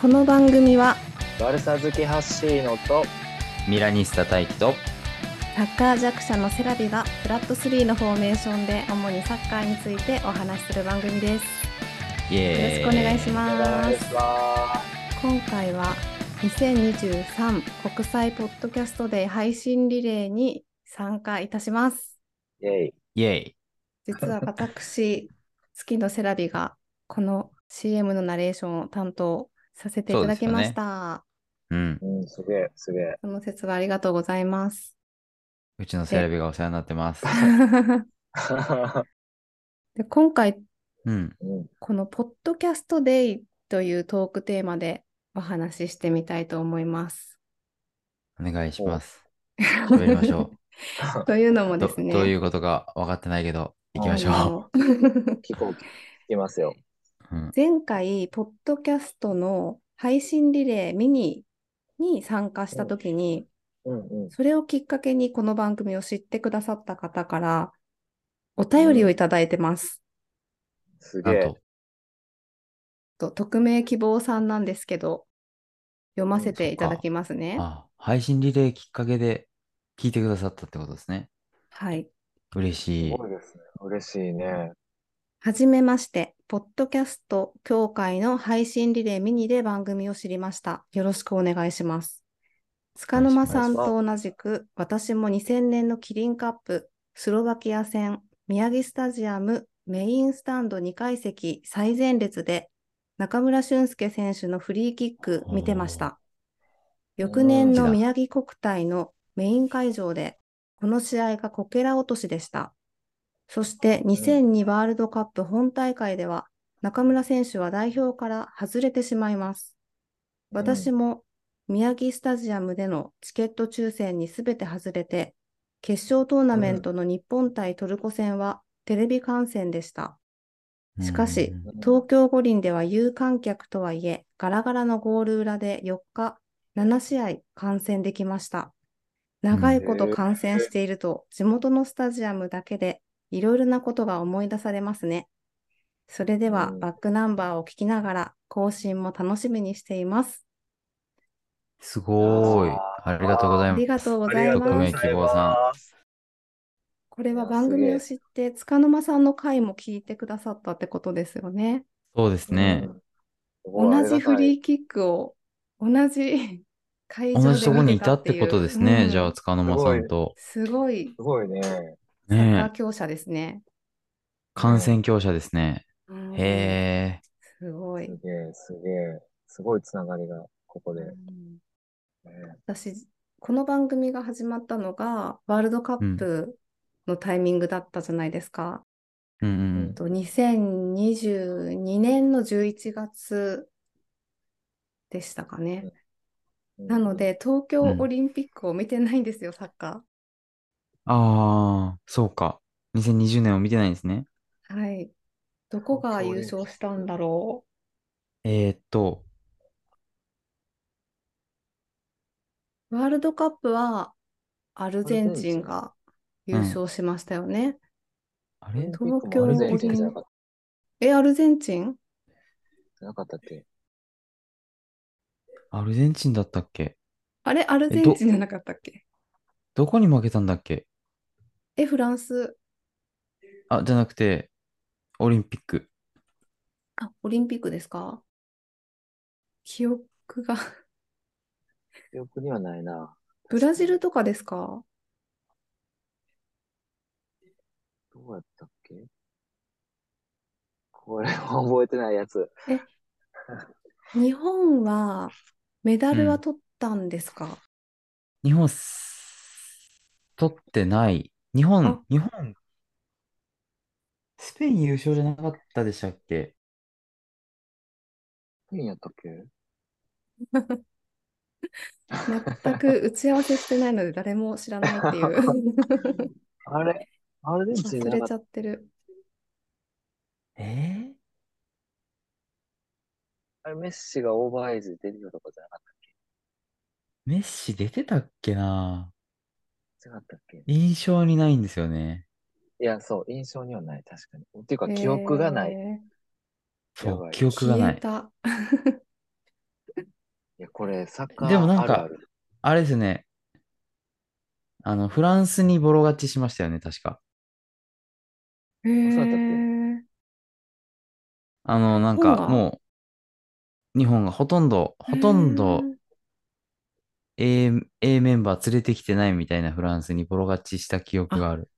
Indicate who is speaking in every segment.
Speaker 1: この番組は
Speaker 2: バルサ好きハッシーノと
Speaker 3: ミラニスタ大輝と
Speaker 1: サッカー弱者のセラビがフラット3のフォーメーションで主にサッカーについてお話しする番組です。
Speaker 3: イエーイ
Speaker 1: よろしくお願いし
Speaker 2: お
Speaker 1: ま
Speaker 2: 願い
Speaker 1: す
Speaker 2: し。ま
Speaker 1: 今回は2023国際ポッドキャストデー配信リレーに参加いたします。
Speaker 2: すイェイ
Speaker 3: イエーイ
Speaker 1: 実は私、月のセラビがこの CM のナレーションを担当させていただきました。
Speaker 3: うん
Speaker 2: うんすげえすげえ
Speaker 1: その説はありがとうございます。
Speaker 3: うちのセレビがお世話になってます
Speaker 1: で今回、
Speaker 3: うん
Speaker 2: うん
Speaker 1: このポッドキャストデイというトークテーマでお話ししてみたいと思います。
Speaker 3: お願いします喋りましょ
Speaker 1: というのも
Speaker 3: う
Speaker 1: で
Speaker 3: ど
Speaker 1: すね。
Speaker 3: どういうことか分かってないけど行きましょ
Speaker 1: あの
Speaker 2: 聞こう聞きますよ
Speaker 3: う、うん、
Speaker 1: 前回、ポッドキャストの配信リレーミニに参加したときに、
Speaker 2: うんうん
Speaker 1: それをきっかけにこの番組を知ってくださった方から、お便りをいただいてます。
Speaker 2: すげ
Speaker 3: なん
Speaker 2: え
Speaker 3: と
Speaker 1: と匿名希望さんなんですけど、読ませていただきますね。
Speaker 3: あ配信リレーきっかけで聞いてくださったってことですね
Speaker 1: はい。
Speaker 3: 嬉し
Speaker 2: す
Speaker 3: い
Speaker 2: ごいですね嬉しいね
Speaker 1: はじめまして、ポッドキャスト協会の配信リレーミニで番組を知りました。よろしくお願いします。塚沼さんと同じく、私も2000年のキリンカップ、スロバキア戦、宮城スタジアム、メインスタンド2階席最前列で、中村俊輔選手のフリーキック見てました。翌年の宮城国体のメイン会場で、この試合がこけら落としでした。そして2002ワールドカップ本大会では、中村選手は代表から外れてしまいます。私も宮城スタジアムでのチケット抽選にすべて外れて、決勝トーナメントの日本対トルコ戦はテレビ観戦でした。しかし
Speaker 3: うん
Speaker 1: 東京五輪では有観客とはいえ、ガラガラのゴール裏で4日、7試合観戦できました。長いこと観戦していると、地元のスタジアムだけでいろいろなことが思い出されますね。それでは、
Speaker 2: うん
Speaker 1: バックナンバーを聞きながら、更新も楽しみにしています。
Speaker 3: すごーいありがとうござい
Speaker 1: あ
Speaker 3: ま
Speaker 1: り
Speaker 3: す
Speaker 1: がとうご
Speaker 2: あ
Speaker 1: ざい
Speaker 3: 匿
Speaker 1: ま
Speaker 3: 名
Speaker 1: す。
Speaker 3: 希望さ
Speaker 1: これはい
Speaker 2: や
Speaker 1: 番組を
Speaker 2: す
Speaker 1: 知って、塚沼さんの回も聞いてくださったってことですよね。
Speaker 3: そうですね、
Speaker 1: 同じフ
Speaker 2: ー
Speaker 1: リーキックを同じ会場で
Speaker 3: 同
Speaker 1: 見
Speaker 3: じとこに
Speaker 1: て
Speaker 3: いたって
Speaker 1: いう
Speaker 3: ことですね、
Speaker 1: うん
Speaker 3: じゃあ塚沼さんと
Speaker 1: すごい
Speaker 2: すごいね
Speaker 1: サッカ
Speaker 3: ね
Speaker 1: ー強者ですね。
Speaker 3: 感染強者ですね、
Speaker 1: うん
Speaker 3: へえ
Speaker 1: すごい
Speaker 2: す。げえすげえすごいつながりがここで、ね
Speaker 1: うん私、この番組が始まったのが、ワールドカップのタイミングだったじゃないですか。
Speaker 3: うんうんうん
Speaker 1: えっと2022年の11月でしたかね。
Speaker 2: うん
Speaker 1: なので、東京
Speaker 3: うん
Speaker 1: オリンピックを見てないんですよ、サッカ
Speaker 3: ああ、そうか。2020年を見てないんですね。
Speaker 1: ー。はい。どこが優勝したんだろ
Speaker 3: えーっと、
Speaker 1: う。ワールドカップはアルゼンチンが優勝しましたよね。
Speaker 3: あれ
Speaker 1: 東京
Speaker 2: オリンピックもアルゼンチンじゃなかっ
Speaker 1: え、アルゼンチン
Speaker 2: たなかったっけ
Speaker 3: アルゼンチンだったっけ
Speaker 1: あれ、アルゼンチンじゃなかったっけ
Speaker 3: どこに負けたんだっけ
Speaker 1: え、フランス。
Speaker 3: あ、じゃなくて、オリンピック。
Speaker 1: あ、オリンピックですか記憶が。
Speaker 2: 記憶にはないな。
Speaker 1: ブラジルとかですか
Speaker 2: どうやったっけこれも覚えてないやつ。
Speaker 1: 日本はメダルは取ったんですか、
Speaker 3: 日本す、取ってない。日
Speaker 1: あ
Speaker 3: 本、日本、スペイン優勝じゃなかったでしたっけ
Speaker 2: 何やったっけ
Speaker 1: 全く打ち合わせしてないので誰も知らないっていう。
Speaker 2: あれアルゼンチ
Speaker 1: 忘
Speaker 2: ンじゃな
Speaker 1: れ
Speaker 2: かっ
Speaker 1: ちゃってる。
Speaker 3: え
Speaker 2: た。あれメッシがオーバーエイズで出てたとかじゃなかっ
Speaker 3: ー、メッシ出てたっけな
Speaker 2: た違ったっけい
Speaker 3: 印象にないんですよね。
Speaker 2: や、そう、印象にはない、確かに。っていうか、記憶がない。
Speaker 1: え
Speaker 3: そ
Speaker 2: や
Speaker 3: う、
Speaker 2: ばい
Speaker 3: 記
Speaker 1: ー
Speaker 3: 憶が
Speaker 1: 消
Speaker 3: な
Speaker 1: え
Speaker 3: い。
Speaker 1: た。
Speaker 2: いや、これ、サッカー
Speaker 3: でもなんか
Speaker 2: あるある。
Speaker 3: あれですね。あの、フランスにボロ勝ちしましたよね、確か。
Speaker 1: へ
Speaker 2: そうだったっけ
Speaker 1: え。
Speaker 3: あの、なん
Speaker 1: 日本
Speaker 3: か
Speaker 1: が
Speaker 3: もう、日本がほとんど、ほとんど A、A メンバー連れてきてないみたいなフランスにボロ勝ちした記憶がある。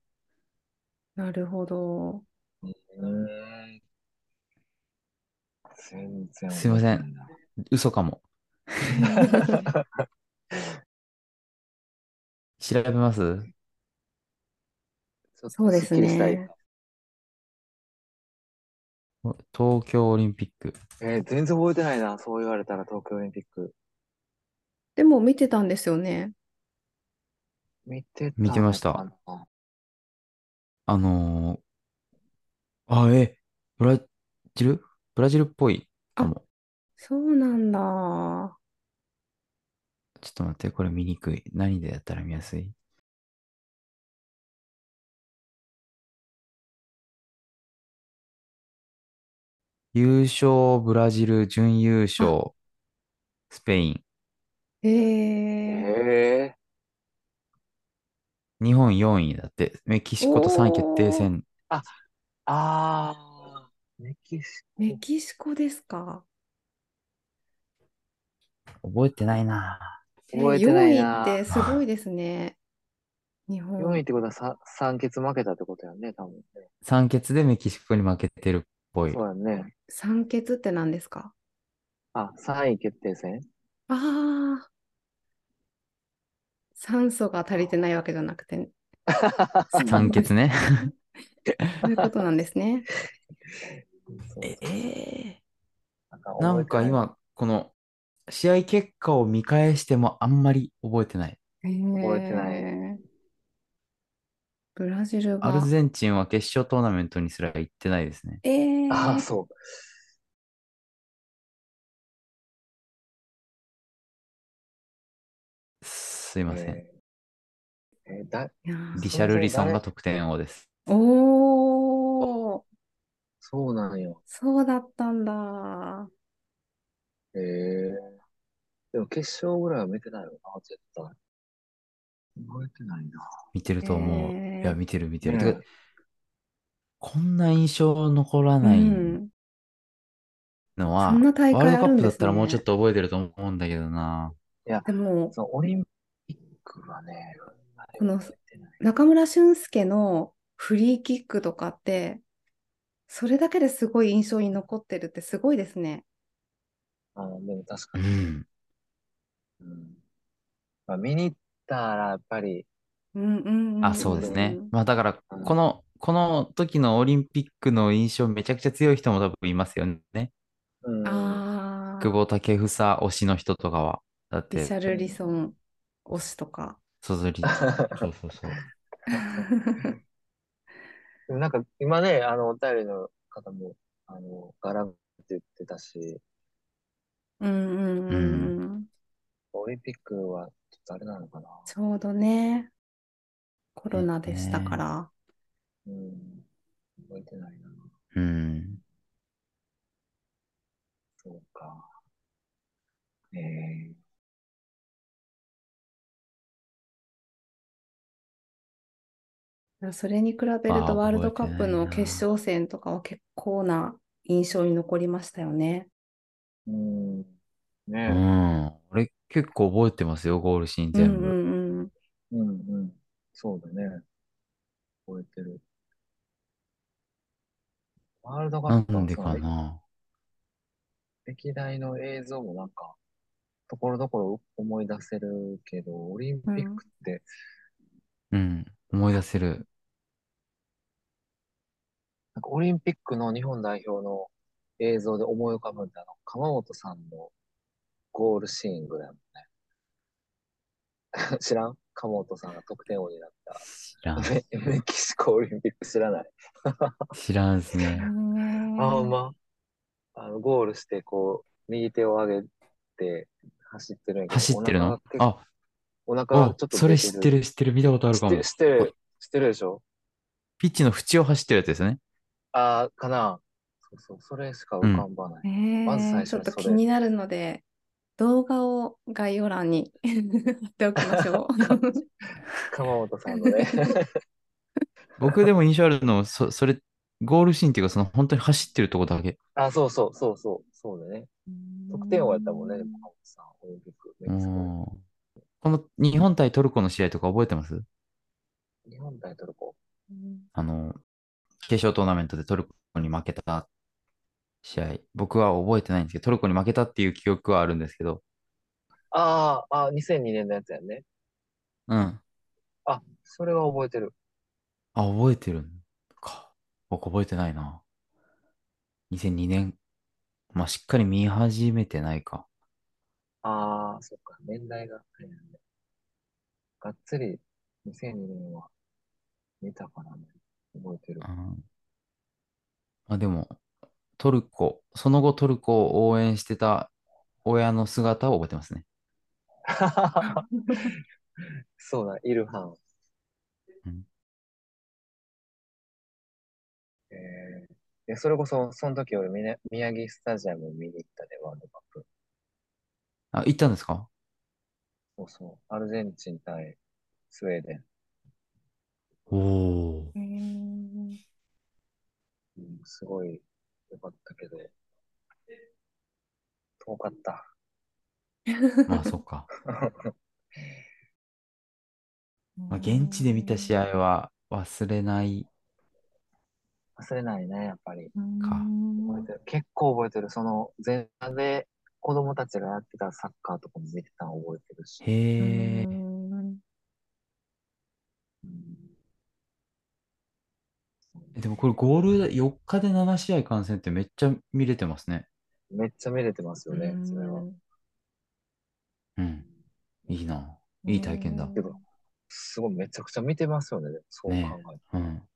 Speaker 1: なるほど。
Speaker 2: うーん。全然。
Speaker 3: すいません。嘘かも。調べます
Speaker 2: ちょっと
Speaker 1: そうです
Speaker 2: っきりしたい
Speaker 1: ね。
Speaker 3: 東京オリンピック。
Speaker 2: えー全然覚えてないな。そう言われたら東京オリンピック。
Speaker 1: でも見てたんですよね。
Speaker 2: 見てた
Speaker 3: 見てました
Speaker 2: のかな。
Speaker 3: あのー、あ、え、ブラジルブラジルっぽいかも。
Speaker 1: そうなんだ。
Speaker 3: ちょっと待って、これ見にくい。何でやったら見やすい優勝、ブラジル、準優勝、スペイ
Speaker 1: へえ。
Speaker 2: え
Speaker 3: ン、日本4位だって、メキシコと3位決定戦。
Speaker 2: ー、あー、メキシコ。
Speaker 1: メキシコですか。
Speaker 3: 覚えてないな。
Speaker 2: 覚えてない
Speaker 1: 4位
Speaker 2: な
Speaker 1: ってすごいですね。日本。
Speaker 2: 4位ってことはさ三欠負けたってことやんね、多分ね。
Speaker 3: 3決でメキシコに負けてるっぽい
Speaker 2: そ。うやんね。
Speaker 1: 三欠って何ですか
Speaker 2: あ、3位決定戦
Speaker 1: ああ。酸素が足りてないわけじゃなくて、
Speaker 3: 3 決ね。
Speaker 1: そういうことなんです ね。
Speaker 3: ええ
Speaker 2: なんか覚えてい
Speaker 3: なんか、今、この試合結果を見返してもあんまり覚えてない。
Speaker 1: 覚
Speaker 2: えてない
Speaker 1: ブラジル
Speaker 3: ア
Speaker 1: が
Speaker 3: ル。ゼンチンは決勝トーナメントにすら行ってないですね。
Speaker 1: えー、
Speaker 2: ああ、そう。
Speaker 3: すいません。
Speaker 2: えーえーだ、
Speaker 1: いやー
Speaker 3: リシャルリさんが得点王です。
Speaker 1: おー、
Speaker 2: そうなんよ。
Speaker 1: そうだったんだ。
Speaker 2: えー、でも決勝ぐらいは見てないよな、絶対。覚えてないな。
Speaker 3: 見てると思う。
Speaker 1: えー
Speaker 3: いや、見てる見て
Speaker 2: う
Speaker 3: る。
Speaker 2: ん
Speaker 3: てかこんな印象残ら
Speaker 1: う
Speaker 3: ない
Speaker 1: ん。
Speaker 3: の
Speaker 1: そ
Speaker 3: は、
Speaker 1: んな大
Speaker 3: ワール
Speaker 1: 会
Speaker 3: ドカ
Speaker 1: ある
Speaker 3: ッ
Speaker 1: ん
Speaker 3: プ
Speaker 1: で
Speaker 3: だっ
Speaker 1: す
Speaker 3: たらもう
Speaker 1: ね
Speaker 3: ちょっと覚えてると思うんだけどな。
Speaker 1: でも、
Speaker 2: そのオリンピックはね、
Speaker 1: この
Speaker 2: 覚えてない
Speaker 1: 中村俊輔のフリーキックとかって、それだけですごい印象に残ってるってすごいですね。
Speaker 2: あーでも確か
Speaker 3: う
Speaker 2: に。
Speaker 3: ん。
Speaker 2: うんまあ、見に行ったら、やっぱり、
Speaker 1: うんうんうん
Speaker 3: あ、そうですね。まあだから、
Speaker 2: うん
Speaker 3: この、この時のオリンピックの印象めちゃくちゃ強い人も多分いますよね。
Speaker 2: うん、
Speaker 1: あ
Speaker 3: 久
Speaker 1: あ、
Speaker 3: 保建英推しの人とかは。だっ
Speaker 1: リシ
Speaker 3: て、
Speaker 1: ャルリソン推しと か。
Speaker 3: そうそうリ そうそうそう。
Speaker 2: でもなんか今ね、あの、お便りの方も、あの、柄って言ってたし、
Speaker 1: うんうんうんうん。
Speaker 2: オリンピックはちょっとあれなのかな。
Speaker 1: ちょうどね、コロナでしたから。
Speaker 2: うん。覚えてないな。
Speaker 3: うん。
Speaker 2: そうか。ええ
Speaker 1: それに比べると
Speaker 3: あー
Speaker 1: ワールドカップの
Speaker 3: 覚えてないな
Speaker 1: 決勝戦とかは結構な印象に残りましたよね。
Speaker 2: うん。
Speaker 3: う
Speaker 2: ね
Speaker 3: ん。俺結構覚えてますよ、ゴールシーン
Speaker 1: うんう
Speaker 3: 全部。
Speaker 1: んうん。
Speaker 2: え。うんうん。そうだね。覚えてる。ワールドカップ
Speaker 3: な
Speaker 2: は
Speaker 3: んでか
Speaker 2: その
Speaker 3: な。
Speaker 2: 歴代の映像もなんか、ところどころ思い出せるけど、オリンピックって、
Speaker 3: うん。思い出せる。
Speaker 2: なんかオリンピックの日本代表の映像で思い浮かぶんだの、鎌本さんのゴールシーンぐらいもね。 知らん鎌本さんが得点王になった。
Speaker 3: 知らん。
Speaker 2: メメキシコオリンピック知らない。
Speaker 3: 知らんです ね。
Speaker 2: あ、ほ
Speaker 1: うん
Speaker 2: ま。あの、ゴールして、こう、右手を上げて走ってるんやけど
Speaker 3: 走ってるのあ、
Speaker 2: お腹が結構お腹
Speaker 3: あ
Speaker 2: がちょっと
Speaker 3: それ知って
Speaker 2: 出
Speaker 3: る知ってる。見たことあるか
Speaker 2: 知
Speaker 3: も
Speaker 2: って。る、知ってる、知ってるでしょ
Speaker 3: ピッチの縁を走ってるやつですね。
Speaker 2: ああ、かな。そうそう、それしか浮かんばない。
Speaker 1: ねえ
Speaker 2: まず最初
Speaker 1: ちょっと
Speaker 2: それ
Speaker 1: 気になるので、動画を概要欄に 貼っておきまし ょう。
Speaker 2: 鎌本さんのね。
Speaker 3: 僕でも印象あるのは、そ、それ、ゴールシーンっていうか、その本当に走ってるとこだけ。
Speaker 2: あ、そうそう、そうそう、そうだね。得点王やったもんね、鎌本さん、オリンピック、メ
Speaker 3: う
Speaker 2: キシコ
Speaker 3: ん。この日本対トルコの試合とか覚えてます
Speaker 2: 日本対トルコ。
Speaker 1: うん
Speaker 3: あの、決勝トーナメントでトルコに負けた試合。僕は覚えてないんですけど、トルコに負けたっていう記憶はあるんですけど、
Speaker 2: ああ、あー、2002年のやつやんね。
Speaker 3: うん。あ、
Speaker 2: あ、それは覚えてる。
Speaker 3: 覚えてるのか。僕覚えてないな。2002年。まあ、しっかり見始めてないか。
Speaker 2: ああ、そっか、年代があれなんで。がっつり2002年は見たからね。覚えてる
Speaker 3: う。んまあでも、トルコ、その後トルコを応援してた親の姿を覚えてますね。
Speaker 2: そうだ、イルハン。
Speaker 3: うん
Speaker 2: えーでそれこそ、その時俺、みな宮城スタジアム見に行ったで、ワールドカップ。
Speaker 3: あ、行ったんですか
Speaker 2: そうそう。アルゼンチン対スウェーデン。
Speaker 3: おお。
Speaker 1: へー
Speaker 2: うん、すごい良かったけど、遠かった。
Speaker 3: まあ、そっか。まあ、現地で見た試合は忘れない。
Speaker 2: 忘れないね、やっぱり。
Speaker 3: か
Speaker 1: うん
Speaker 2: 覚えてる結構覚えてる。その前半で子供たちがやってたサッカーとかも見てたの覚えてるし。
Speaker 3: へえ
Speaker 1: う。ん
Speaker 2: うん
Speaker 3: でもこれゴール4日で7試合観戦ってめっちゃ見れてますね。
Speaker 2: めっちゃ見れてますよね、それは
Speaker 1: う。ん
Speaker 3: うん。いいな。いい体験だ
Speaker 1: うん
Speaker 2: でもすごい、めちゃくちゃ見てますよね、でもそう考える
Speaker 3: うん。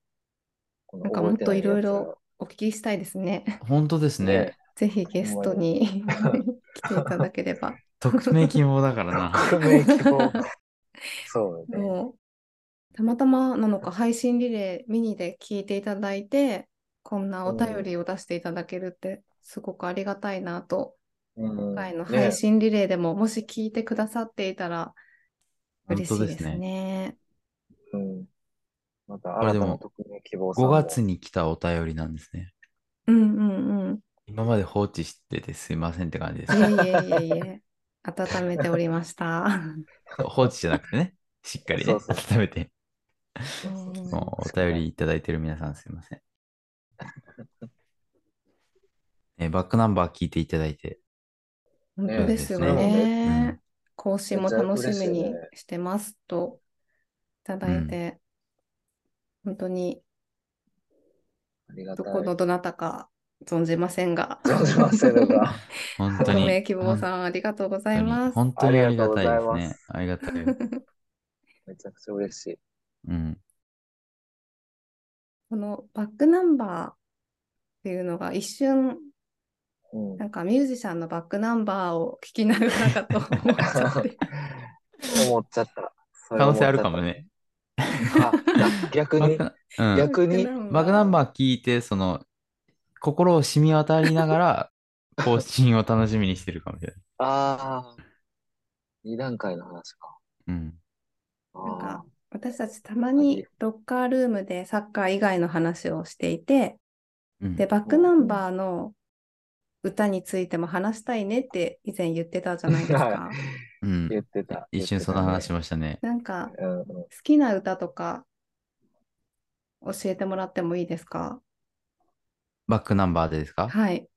Speaker 2: と
Speaker 1: なんかもっといろいろ。お聞きしたいですね。
Speaker 3: 本当です
Speaker 2: ね
Speaker 3: ね。
Speaker 1: ぜひゲストに来ていただけれ ば。
Speaker 3: 匿名希望だからな。
Speaker 2: この覚えて ないやつらは革命希望そうよね。
Speaker 1: もうたまたまなのか配信リレーミニで聞いていただいてこんなお便りを出していただけるってすごくありがたいなと、
Speaker 2: うん
Speaker 1: 今回の
Speaker 2: ね
Speaker 1: 配信リレーでももし聞いてくださっていたら嬉しい
Speaker 3: 本当
Speaker 1: で
Speaker 3: ですす
Speaker 1: ね。
Speaker 3: ね
Speaker 2: うん。また
Speaker 3: これ
Speaker 2: 新
Speaker 3: で
Speaker 2: た
Speaker 3: も
Speaker 2: な匿名希望さん
Speaker 3: 5
Speaker 2: も
Speaker 3: 月に来たお便りなんですね。
Speaker 1: うんうん
Speaker 3: 今まで放置しててすいませんって感じです。
Speaker 1: うん。いえいえいえいえ。温めておりま した。
Speaker 3: 放置じゃなくてね、しっかりね、
Speaker 2: そうそう
Speaker 3: 温めて、
Speaker 2: そうそうそう
Speaker 1: うん
Speaker 3: もうお便りいただいてる皆さんすいません。えバックナンバー聞いていただいて、
Speaker 1: 本
Speaker 2: ね
Speaker 1: 当ですよ
Speaker 3: そうです
Speaker 2: ね
Speaker 1: ね
Speaker 3: ん。
Speaker 1: 更新も楽しみにしてますといただいて、本当に
Speaker 2: ありがた
Speaker 1: ど
Speaker 2: い。
Speaker 1: このどなたか存じませんが、
Speaker 2: 存じませんが
Speaker 3: 本当
Speaker 1: 匿
Speaker 3: に。
Speaker 1: 名希望
Speaker 3: ん。
Speaker 1: さんありがとうございます。
Speaker 3: 本当にありがたい
Speaker 2: あ
Speaker 3: で
Speaker 2: りがとう
Speaker 3: す
Speaker 2: ございます。
Speaker 3: ねありがたい。
Speaker 2: めちゃくちゃ嬉しい。
Speaker 3: うん。
Speaker 1: このバックナンバーっていうのが一瞬、
Speaker 2: うん
Speaker 1: なんかミュージシャンのバックナンバーを聞きながらかと思っちゃ って。
Speaker 2: 思っちゃった。それ
Speaker 3: 可
Speaker 2: 思
Speaker 3: 能
Speaker 2: っち
Speaker 3: 性
Speaker 2: ゃった
Speaker 3: あるかも。ね。
Speaker 2: あ逆
Speaker 3: バ
Speaker 2: に
Speaker 3: ック、ナうん。
Speaker 2: 逆に、
Speaker 3: バックナンバー聞いて、その、心を染み渡りな がら、更新を楽しみにしてるかもしれない。
Speaker 2: ああ、二段階の話か。
Speaker 3: うん。
Speaker 2: あ
Speaker 1: なん
Speaker 2: ー
Speaker 1: か私たちたまにロッカールームでサッカー以外の話をしていて、
Speaker 3: うん
Speaker 1: で、バックナンバーの歌についても話したいねって以前言ってたじゃないですか
Speaker 2: は。
Speaker 3: うん
Speaker 2: 言ってた。
Speaker 3: 一瞬そんな話しましたね。
Speaker 1: なんか
Speaker 2: 言ってたね。うんうん
Speaker 1: 好きな歌とか教えてもらってもいいですか
Speaker 3: バックナンバーでですか
Speaker 1: はい。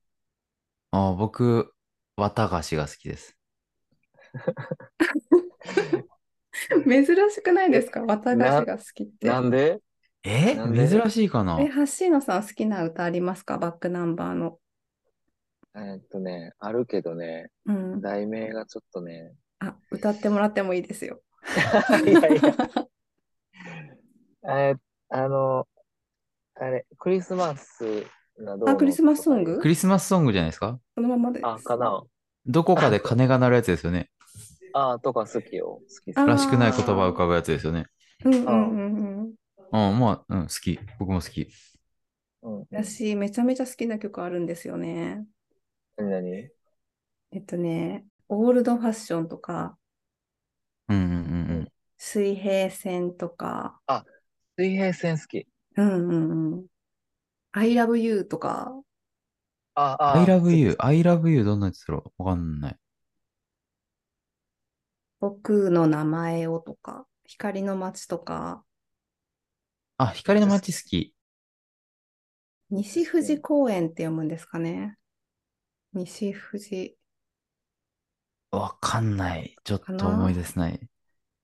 Speaker 3: あ僕、綿菓子が好きです。
Speaker 1: 珍しくないですか綿菓子が好きって。
Speaker 2: なんで
Speaker 3: え
Speaker 2: なんで
Speaker 3: 珍しいかな
Speaker 1: え、橋野さん好きな歌ありますかバックナンバーの。
Speaker 2: えーっとね、あるけどね、
Speaker 1: うん。
Speaker 2: 題名がちょっとね。
Speaker 1: あ、歌ってもらってもいいですよ。
Speaker 2: いやいや。 えーあの、あれ、クリスマスがどうの
Speaker 1: あ、クリスマスソング
Speaker 3: クリスマスソングじゃないですか
Speaker 1: このままで
Speaker 2: あ、かな。
Speaker 3: どこかで鐘が鳴るやつですよね。
Speaker 2: あとか好きよ。好き
Speaker 1: あー
Speaker 2: 好
Speaker 3: らしくない言葉が浮かぶやつですよね。
Speaker 1: うんうんうんうん。
Speaker 3: うん、まあ、うん、好き。僕も好き。
Speaker 2: き。うん。
Speaker 1: 私、めちゃめちゃ好きな曲あるんですよね。
Speaker 2: 何々
Speaker 1: えっとね、オールドファッションとか、
Speaker 3: うんうんうん
Speaker 1: 水平線とか、
Speaker 2: 水平線好き。
Speaker 1: うんうんうん。I love you とか、
Speaker 2: あ
Speaker 3: う
Speaker 2: あ、
Speaker 3: ん。I love
Speaker 2: 好
Speaker 3: you,
Speaker 2: き
Speaker 3: I love you どんなやつだろうわかんない。
Speaker 1: 僕の名前をとか、光の街とか、
Speaker 3: あ、光の街好き。
Speaker 1: 西富士公園って読むんですかね。西富士。
Speaker 3: わかんない。ちょっ
Speaker 1: かな
Speaker 3: と思い出せない。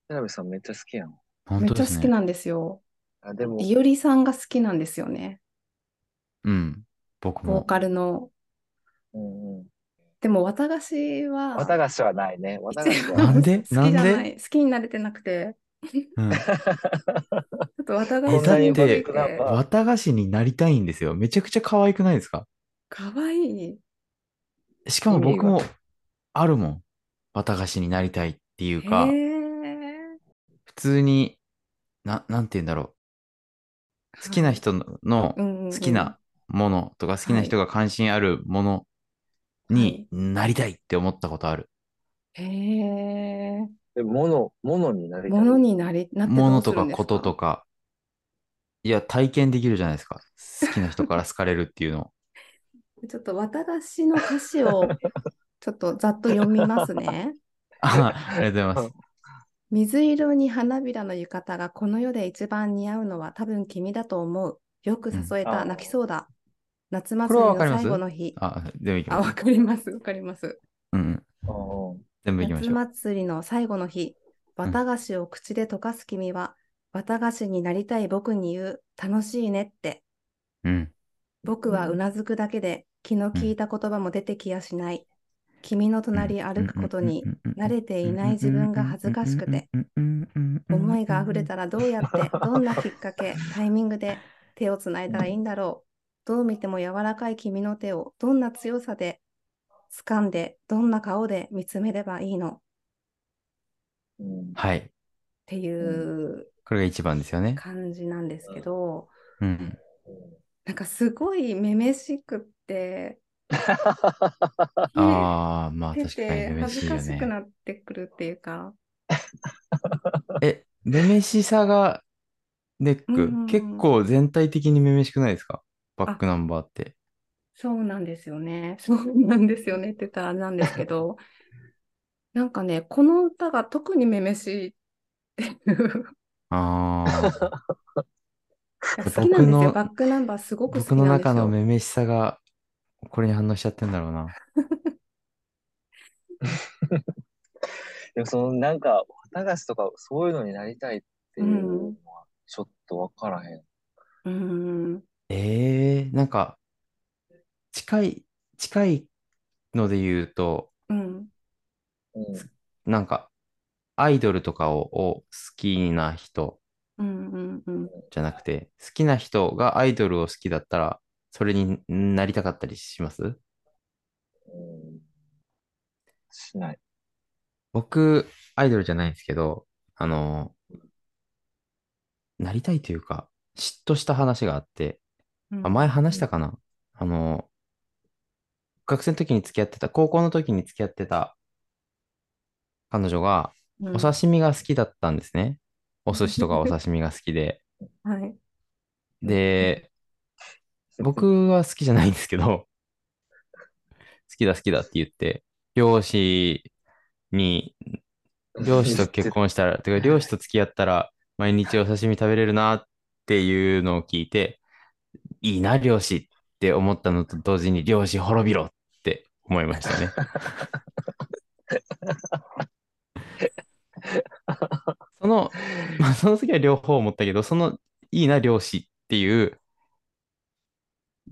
Speaker 2: 田辺さんめっちゃ好きやん。
Speaker 3: 本
Speaker 1: めっ
Speaker 3: 当
Speaker 1: ち
Speaker 3: で
Speaker 1: ゃ
Speaker 3: す
Speaker 1: 好き
Speaker 3: ね。
Speaker 1: なんですよ。
Speaker 2: あ、でも、
Speaker 1: いおりさんが好きなんですよね。
Speaker 3: うん。僕
Speaker 1: ボー
Speaker 3: も。
Speaker 1: カルの。
Speaker 2: うんうん。
Speaker 1: でも、綿菓子は、
Speaker 2: 綿菓子はな いね。綿菓子
Speaker 3: な
Speaker 2: は
Speaker 3: んで
Speaker 1: 好きじゃ
Speaker 3: なん
Speaker 1: ない。好きになれてなくて、
Speaker 3: うん。
Speaker 1: ちょっと綿菓
Speaker 3: え
Speaker 1: 子
Speaker 3: だって
Speaker 1: につい
Speaker 2: こんなに
Speaker 1: て、
Speaker 2: 僕
Speaker 3: 綿菓子になりたいんですよ。めちゃくちゃ可愛くないですか
Speaker 1: かわいい。
Speaker 3: しかも僕
Speaker 2: 意
Speaker 3: もあるもん。綿菓子になりたいってい
Speaker 1: へ
Speaker 3: うか、
Speaker 1: ー
Speaker 3: 普通に、な、なんて言うんだろう。好きな人の、の
Speaker 1: 好
Speaker 3: 好きなものとか好きな人が関心あるものになりたいって思ったことある。
Speaker 1: へえ。
Speaker 2: え、もの、ものになりたい。
Speaker 1: ものになり、なって
Speaker 3: も
Speaker 1: ど
Speaker 3: の
Speaker 1: うす
Speaker 3: と
Speaker 1: る
Speaker 3: か
Speaker 1: んです
Speaker 3: ことと
Speaker 1: か。
Speaker 3: か。いや、体験できるじゃないですか。好きな人から好かれるっていうの。
Speaker 1: ちょっと私の歌詞 をちょっとざっと読みますね。
Speaker 3: あありがとうございます。
Speaker 1: 水色に花びらの浴衣がこの世で一番似合うのは多分君だと思う。よく誘え
Speaker 2: うん
Speaker 1: た、
Speaker 2: あー
Speaker 1: 泣きそうだ。夏
Speaker 3: こ
Speaker 1: 祭
Speaker 3: れ
Speaker 1: り
Speaker 3: は
Speaker 1: の
Speaker 3: わかります
Speaker 1: 最後の日。
Speaker 3: あ、全部いき
Speaker 1: あ、
Speaker 3: ま
Speaker 1: わ
Speaker 3: す。
Speaker 1: かります。わかります。
Speaker 3: うんうん。
Speaker 2: うんうん
Speaker 3: 全部いきま
Speaker 1: 夏
Speaker 3: しょう。
Speaker 1: 祭りの最後の日。綿菓子を口で溶かす君は、綿菓子になりたい僕に言う。楽しいねって。
Speaker 3: うん。
Speaker 1: 僕はうなずくだけで気の利いた言葉も出てきやしない。君の隣歩くことに慣れていない自分が恥ずかしくて、思いが溢れたらどうや って、どんなきっかけ、タイミングで手をつないだらいいんだろう。どう見ても柔らかい君の手をどんな強さで掴んで、どんな顔で見つめればいいのっ
Speaker 2: うん
Speaker 3: はい。
Speaker 1: ていう
Speaker 3: これが一番ですよね。
Speaker 1: 感じなんですけど、
Speaker 3: うん。
Speaker 1: なんかすごいめめしくって、
Speaker 3: ああ、まあ
Speaker 1: 出
Speaker 3: 確かに
Speaker 1: て
Speaker 3: 嬉
Speaker 1: 恥
Speaker 3: し
Speaker 1: ず
Speaker 3: いよ
Speaker 1: かしく
Speaker 3: ね。
Speaker 1: なってくるっていうか、
Speaker 3: え、めめしさがネッ
Speaker 1: うんうんう
Speaker 3: ク。
Speaker 1: ん
Speaker 3: 結構全体的にめめしくないですかバックナンバーって。
Speaker 1: そうなんですよね。 そうなんですよねって言ったらあれなんですけ ど、なんかね、この歌が特にめめしいっていう。
Speaker 3: ああ。
Speaker 1: 好きなんです
Speaker 3: 僕
Speaker 1: よ。
Speaker 3: の
Speaker 1: バックナンバーすごく好
Speaker 3: 僕
Speaker 1: き
Speaker 3: の
Speaker 1: なんです
Speaker 3: 中の
Speaker 1: よ。
Speaker 3: めめしさがこれに反応しちゃってんだろうな。
Speaker 2: でもそのなんか、綿菓子とかそういうのになりたいっていうのはちょっとわからへん。
Speaker 1: うーん。
Speaker 3: ええなんか、近い、近いので言うと、
Speaker 1: うん。
Speaker 2: うん。
Speaker 3: なんか、アイドルとかをを好きな人
Speaker 1: うん。うん。うん。
Speaker 3: じゃなくて、好きな人がアイドルを好きだったら、それになりたかったりします
Speaker 2: うんしない。
Speaker 3: 僕、アイドルじゃないんですけど、あの、なりたいというか、嫉妬した話があって、
Speaker 1: うん
Speaker 3: あ、前話したかなあの、学生の時に付き合ってた、高校の時に付き合ってた彼女が、
Speaker 1: うん
Speaker 3: お刺身が好きだったんですね。お寿司 とかお刺身が好きで。
Speaker 1: はい。
Speaker 3: で、僕は好きじゃないんですけど、 好きだ好きだって言って、漁師に、 漁師と結婚したら、てか漁師と付き合ったら毎日お刺身食べれるなっていうのを聞いて、いいな、漁師って思ったのと同時に漁師滅びろって思いましたね。その、まあ、その時は両方思ったけど、そのいいな、漁師っていう、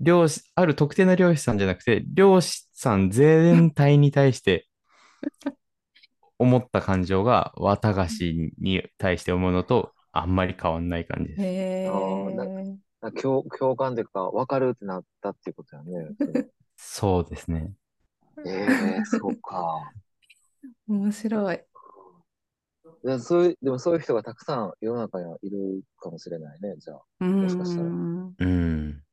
Speaker 3: 漁師、ある特定の漁師さんじゃなくて、漁師さん全体に対して思った感情が、綿菓子に対して思うのと、あんまり変わんない感じです。
Speaker 1: へ
Speaker 2: あーな
Speaker 1: ー
Speaker 2: なんか共共感というか、わかるってなったっていうこと やね。
Speaker 3: そうですね。
Speaker 2: ええそうか。
Speaker 1: 面白い。
Speaker 2: でそういうでもそういう人がたくさん世の中にはいるかもしれないね。じゃあ、
Speaker 1: う
Speaker 2: しかしたら
Speaker 1: ん。
Speaker 3: うん。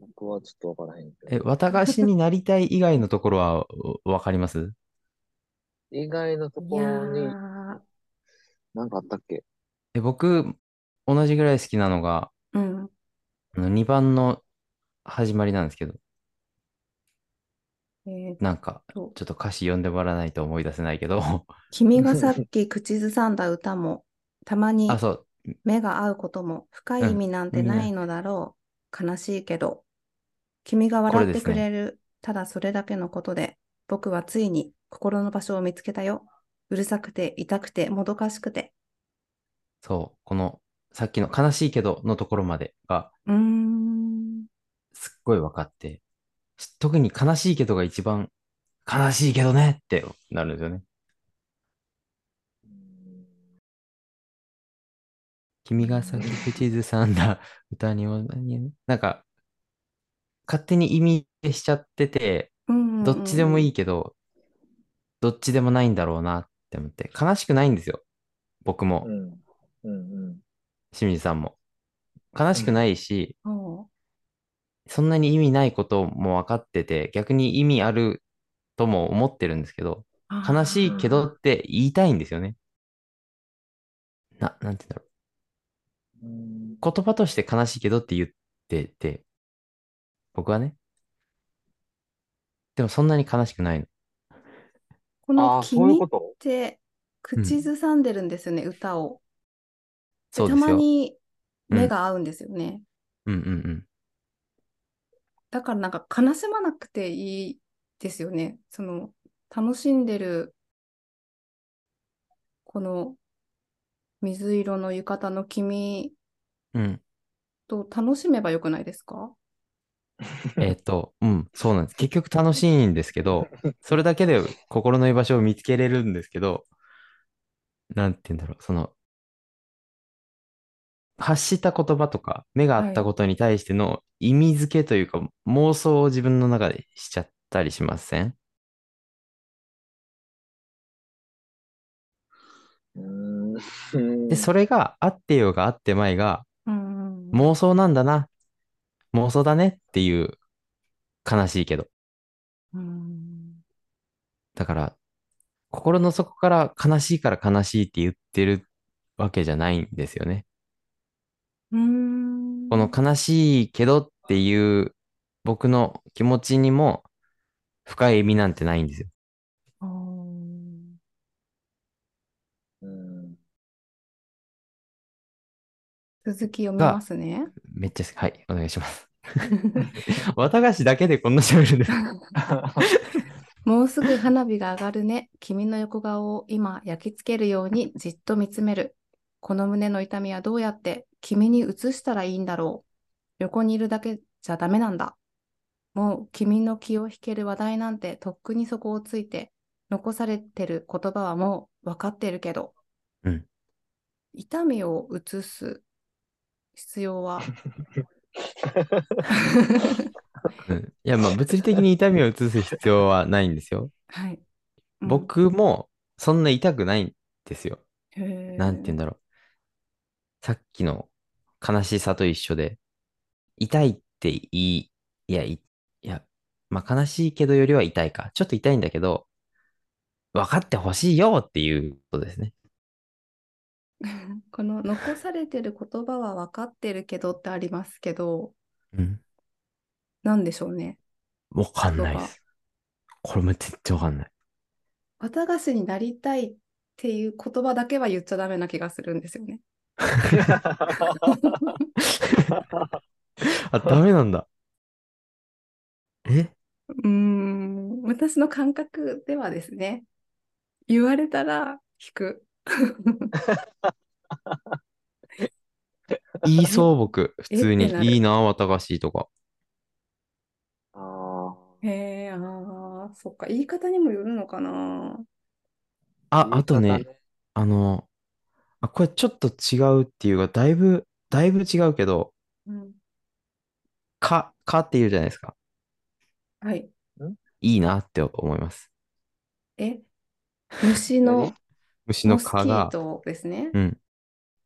Speaker 2: 僕はちょっとわからへんけ
Speaker 3: え、
Speaker 2: ど。
Speaker 3: 綿菓子になりたい以外のところはわわかります
Speaker 2: 以外のと
Speaker 1: い
Speaker 2: こ
Speaker 1: や
Speaker 2: ろに
Speaker 1: ー、
Speaker 2: 何かあったっけ
Speaker 3: で、僕、同じぐらい好きなのが、
Speaker 1: うん。
Speaker 3: あの2番の始まりなんですけど、
Speaker 1: えーっ
Speaker 3: なんか、
Speaker 1: と、
Speaker 3: ちょっと歌詞読んでもらわないと思い出せないけど、
Speaker 1: 君がさっき口ずさんだ歌も、たまに
Speaker 3: あ、そう、
Speaker 1: 目が合うことも深い意味なんてないのだろう。悲しいけど、君が笑ってくれる、ただそれだけのことで、僕はついに心の場所を見つけたよ。うるさくて、痛くて、もどかしくて。
Speaker 3: そう、この、さっきの悲しいけどのところまでが、
Speaker 1: うーん。
Speaker 3: すっごい分かって、し特に悲しいけどが一番、悲しいけどねってなるんですよね。
Speaker 2: うん
Speaker 3: 君がさっき口ずさ んだ歌にも、なんか、勝手に意味しちゃってて、
Speaker 1: うん
Speaker 3: どっちでもい
Speaker 1: い。
Speaker 3: いけど、どっちでもないんだろうなって思って、悲しくないんですよ。僕も
Speaker 2: う、ん。うんうん。
Speaker 3: 清水さんも。悲しくないし、
Speaker 1: おう
Speaker 3: そんなに意味ないことも分かってて、逆に意味あるとも思ってるんですけど、
Speaker 1: あー
Speaker 3: 悲しいけどって言いたいんですよね。な、なんて言う
Speaker 2: う
Speaker 3: んだろ
Speaker 2: ん
Speaker 3: う。言葉として悲しいけどって言ってて、僕はね。でもそんなに悲しくないの。
Speaker 1: こ
Speaker 2: あ
Speaker 1: の
Speaker 2: あ、そういう
Speaker 1: 君
Speaker 2: こ
Speaker 1: っ
Speaker 2: と
Speaker 1: て口ずさんでるんですよね、歌を。で
Speaker 3: そう
Speaker 1: た
Speaker 3: です
Speaker 1: ま
Speaker 3: よ。
Speaker 1: に目が合うんですよね。
Speaker 3: うんうんうん。
Speaker 1: だからなんか悲しまなくていいですよね。その楽しんでるこの水色の浴衣の君
Speaker 3: うん。
Speaker 1: と楽しめばよくないですか
Speaker 3: えっと、うん、そうなんです。結局楽しいんですけど、それだけで心の居場所を見つけれるんですけど、なんて言うんだろう、その、発した言葉とか、目が合ったことに対しての意味付けというか、妄想を自分の中でしちゃったりしません
Speaker 2: うん。
Speaker 3: で、それがあってようがあってまいが、
Speaker 1: うんうん。
Speaker 3: 妄想なんだな、妄想だねっていう、悲しいけど。
Speaker 1: うん
Speaker 3: だから、心の底から悲しいから悲しいって言ってるわけじゃないんですよね。
Speaker 1: うん
Speaker 3: この悲しいけどっていう僕の気持ちにも深い意味なんてないんですよ。
Speaker 1: あー
Speaker 2: うん。
Speaker 1: 続き読みます ね。
Speaker 3: めっちゃ好き、はい、お願い します。綿菓子だけでこんな喋るんです。
Speaker 1: もうすぐ花火が上がるね。君の横顔を今焼き付けるようにじっと見つめる。この胸の痛みはどうやって君に移したらいいんだろう。横にいるだけじゃダメなんだ。もう君の気を引ける話題なんてとっくにそこをついて、残されてる言葉はもう分かってるけど。
Speaker 3: うん
Speaker 1: 痛みを移す必要 は。
Speaker 3: うんいや、まあ物理的に痛みを移す必要はないんですよ。
Speaker 1: はい。うん、
Speaker 3: 僕もそんな痛くないんですよ。
Speaker 1: へー、
Speaker 3: なんて言うんだろう。さっきの悲しさと一緒で、痛いっていい、いや、いいや、まあ悲しいけどよりは痛いか。ちょっと痛いんだけど、分かってほしいよっていうことですね。
Speaker 1: この残されてる言葉は分かってるけどってありますけど、
Speaker 3: うん。
Speaker 1: なんでしょうね。
Speaker 3: わかんないです。これも全然わかんない。
Speaker 1: 綿菓子になりたいっていう言葉だけは言っちゃダメな気がするんですよね。
Speaker 3: あ、ダメなんだ。え
Speaker 1: うーん、私の感覚ではですね、言われたら引く。
Speaker 3: 言いそう 僕、普通
Speaker 1: えっ
Speaker 3: に
Speaker 1: てな。る
Speaker 3: いいな、綿菓子とか。
Speaker 2: ああ。
Speaker 1: へえ、ああ、そっか、言い方にもよるのかな。
Speaker 3: あ、あと
Speaker 2: 言
Speaker 3: ね
Speaker 2: い方、
Speaker 3: あの、あ、これちょっと違うっていうか、だいぶ、だいぶ違うけど、
Speaker 1: うん、
Speaker 3: か、かっていうじゃないですか。
Speaker 1: はい。
Speaker 3: いいなって思います。
Speaker 1: え、虫の
Speaker 3: 虫の
Speaker 1: モスキ
Speaker 3: 蚊
Speaker 1: ー
Speaker 3: が、
Speaker 1: トですね。
Speaker 3: うん、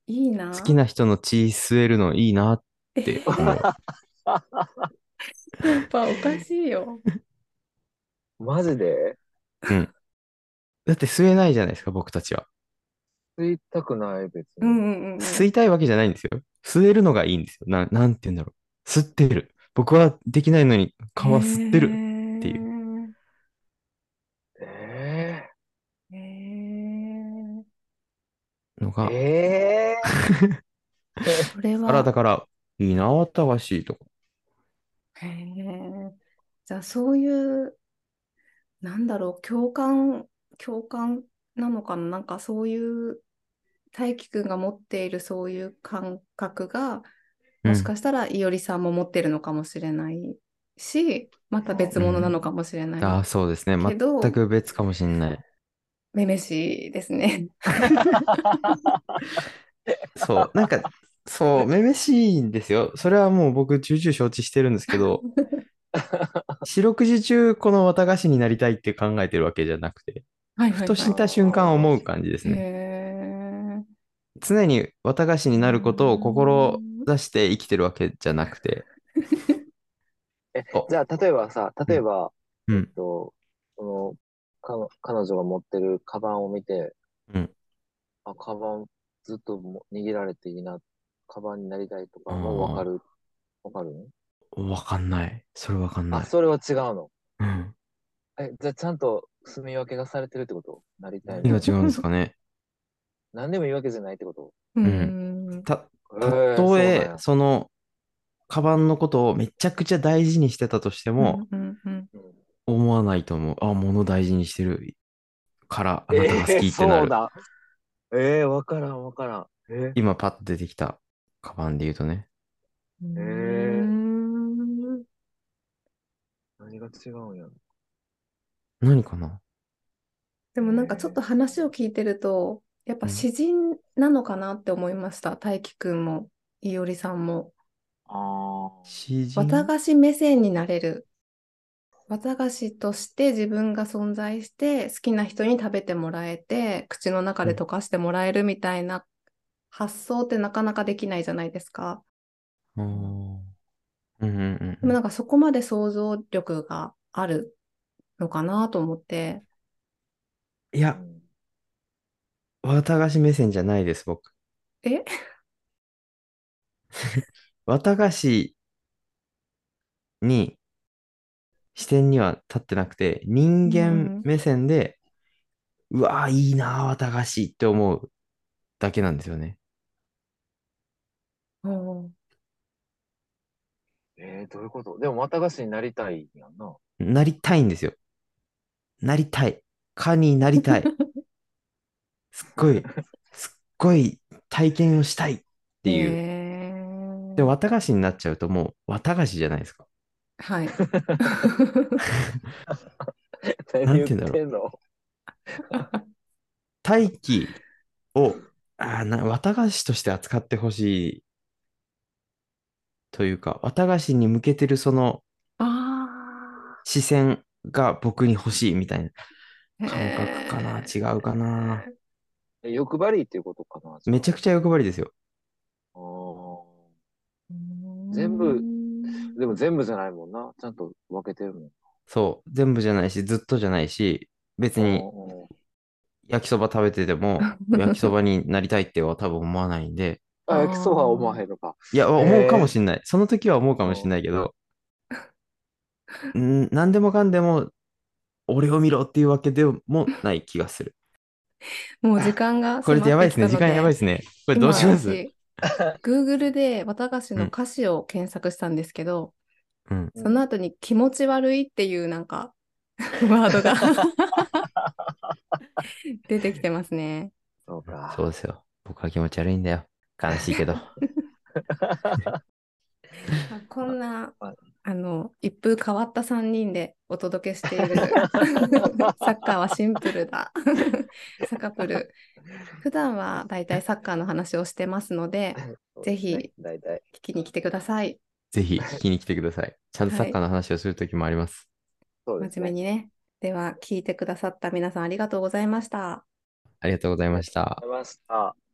Speaker 1: いいな。
Speaker 3: 好きな人の血吸えるのいいな って思う。
Speaker 1: やっぱおかしいよ。
Speaker 2: マジで
Speaker 3: うん。だって吸えないじゃないですか、僕たちは。
Speaker 2: 吸いたくない、別
Speaker 1: うんう
Speaker 2: に。
Speaker 1: んうんうん。。
Speaker 3: 吸いたいわけじゃないんですよ。吸えるのがいいんですよ。ななんて言うんだろう。吸ってる。僕はできないのに、皮吸ってる。っていう
Speaker 2: え
Speaker 1: へー
Speaker 3: の
Speaker 2: ー、
Speaker 3: が、
Speaker 2: えー、
Speaker 1: それは。
Speaker 3: あら、だから、いいな、慌ただしいとか。
Speaker 1: へえ。じゃあそういう、なんだろう、共感、共感なのかな、なんかそういう、大輝くんが持っているそういう感覚が、もしかしたらいおりさんも持ってるのかもしれないし、また別物なのかもしれない。
Speaker 3: ああ、そうですね。
Speaker 1: けど
Speaker 3: 全く別かもしれない。
Speaker 1: めめしいですね。
Speaker 3: そう、なんか、そう、めめしいんですよ。それはもう僕、重々承知してるんですけど、四六時中、この綿菓子になりたいって考えてるわけじゃなくて、
Speaker 1: はい
Speaker 3: ふ
Speaker 1: はい
Speaker 3: と
Speaker 1: はい。
Speaker 3: した瞬間思う感じですね。
Speaker 1: へ
Speaker 3: 常に綿菓子になることを志して生きてるわけじゃなくて、
Speaker 2: じゃあ、例えばさ、例えば、
Speaker 3: うん
Speaker 2: えっと、その、かの彼女が持ってるカバンを見て、
Speaker 3: うん
Speaker 2: あ、カバンずっとも握られていいな、カバンになりたいとかもわかる。わかるの
Speaker 3: わかんない。それわかんな
Speaker 2: あ、
Speaker 3: い。
Speaker 2: それは違うの。
Speaker 3: うん。
Speaker 2: え、じゃあちゃんと住み分けがされてるってことなりたい
Speaker 3: 何が
Speaker 2: の。
Speaker 3: 違うんですかね。
Speaker 2: 何でもいいわけじゃないってこと
Speaker 1: ー
Speaker 3: ん
Speaker 1: うん。
Speaker 3: た、
Speaker 2: え
Speaker 3: た
Speaker 2: ー
Speaker 3: と
Speaker 2: そう
Speaker 3: え
Speaker 2: なん、や
Speaker 3: その、カバンのことをめちゃくちゃ大事にしてたとしても、
Speaker 1: うんうんうん
Speaker 2: うん
Speaker 3: 思わないと思う。あ、物大事にしてるから、あなたが好きって
Speaker 2: えー
Speaker 3: な
Speaker 2: そう
Speaker 3: る。
Speaker 2: だ。えー、わからんわからん。えー
Speaker 3: 今パッと出てきたカバンで言うとね。
Speaker 1: うん
Speaker 2: へー何が違うんやろ。
Speaker 3: 何かな
Speaker 1: でもなんかちょっと話を聞いてると、やっぱ詩人なのかなって思いました。大輝くんも、いおりさんも。
Speaker 2: あ
Speaker 3: 詩人
Speaker 1: 綿菓子目線になれる。綿菓子として自分が存在して、好きな人に食べてもらえて、口の中で溶かしてもらえるみたいな発想ってなかなかできないじゃないですか。
Speaker 3: あーうんうんうん
Speaker 1: でもなんかそこまで想像力があるのかなと思って。
Speaker 3: いや、綿菓子目線じゃないです、僕。
Speaker 1: え
Speaker 3: 綿菓子に視点には立ってなくて、人間目線で、うわーいいなー、綿菓子って思うだけなんですよね。
Speaker 1: うん
Speaker 2: えー、どういうことでも、綿菓子になりたいやんな。
Speaker 3: なりたいんですよ。なりたい。蚊になりたい。すっごい、すっごい体験をしたいっていう。
Speaker 1: へー
Speaker 3: で、綿菓子になっちゃうともう綿菓子じゃないですか。
Speaker 1: はい。
Speaker 3: なんて言うんだろう
Speaker 2: 何んの
Speaker 3: 大気を、あーな綿菓子として扱ってほしいというか、綿菓子に向けてるその
Speaker 1: あ
Speaker 3: 視線が僕に欲しいみたいな
Speaker 1: あ。
Speaker 3: 感覚かな、
Speaker 1: へー
Speaker 3: 違うかな。
Speaker 2: え欲張りっていうことかな。
Speaker 3: めちゃくちゃ欲張りですよ。
Speaker 2: あー全部でも全部じゃないもんな。ちゃんと分けてるもん。
Speaker 3: そう。全部じゃないし、ずっとじゃないし、別に焼きそば食べて ても焼きそばになりたいっては多分思わないんで、
Speaker 2: あーあ、焼きそばは思わへんのか。
Speaker 3: いや、
Speaker 2: ー
Speaker 3: 思うかもしんない。その時は思うかもしんないけど、ん何でもかんでも、俺を見ろっていうわけでもない気が する。
Speaker 1: もう時間が
Speaker 3: これってやばいですね。
Speaker 1: 迫
Speaker 3: 時
Speaker 1: ってきたの
Speaker 3: 間やばいですね。これどうします
Speaker 1: 今私 Google で綿菓子の歌詞を検索したんですけど、
Speaker 3: うん。
Speaker 1: その後に気持ち悪いっていうなんか ワードが 出てきてますね。
Speaker 2: そうか。
Speaker 3: そうですよ。僕は気持ち悪いんだよ。悲しいけど。
Speaker 1: まあこんな
Speaker 2: あ
Speaker 1: あの一風変わった3人でお届けしてい るサッカーはシンプルだ サカプル普段はだいたいサッカーの話をしてますのでぜひ。
Speaker 2: 大体。
Speaker 1: 聞きに来てください
Speaker 3: ぜひ聞きに来てください。ちゃんとサッカーの話をする時もあります。
Speaker 2: そうです
Speaker 1: 真
Speaker 2: ね
Speaker 1: 面目にねでは聞いてくださった皆さんありがとうございました
Speaker 3: ありがとうございました
Speaker 2: ありがとうござい。ました。